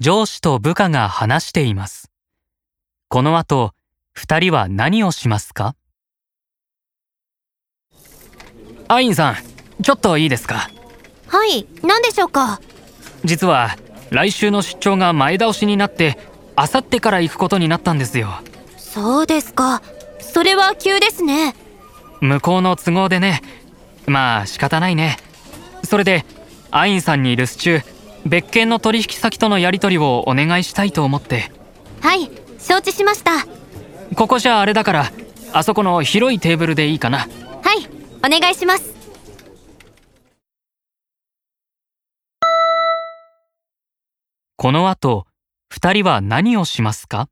上司と部下が話しています。この後、二人は何をしますかアインさん、ちょっといいですかはい、何でしょうか実は、来週の出張が前倒しになって、あさってから行くことになったんですよ。そうですか。それは急ですね。向こうの都合でね。まあ、仕方ないね。それで、アインさんに留守中、別件の取引先とのやり取りをお願いしたいと思って。はい、承知しました。はここじゃあれだから、あそこの広いテーブルでいいかな。い、お願いします。この後、二人は何をしますか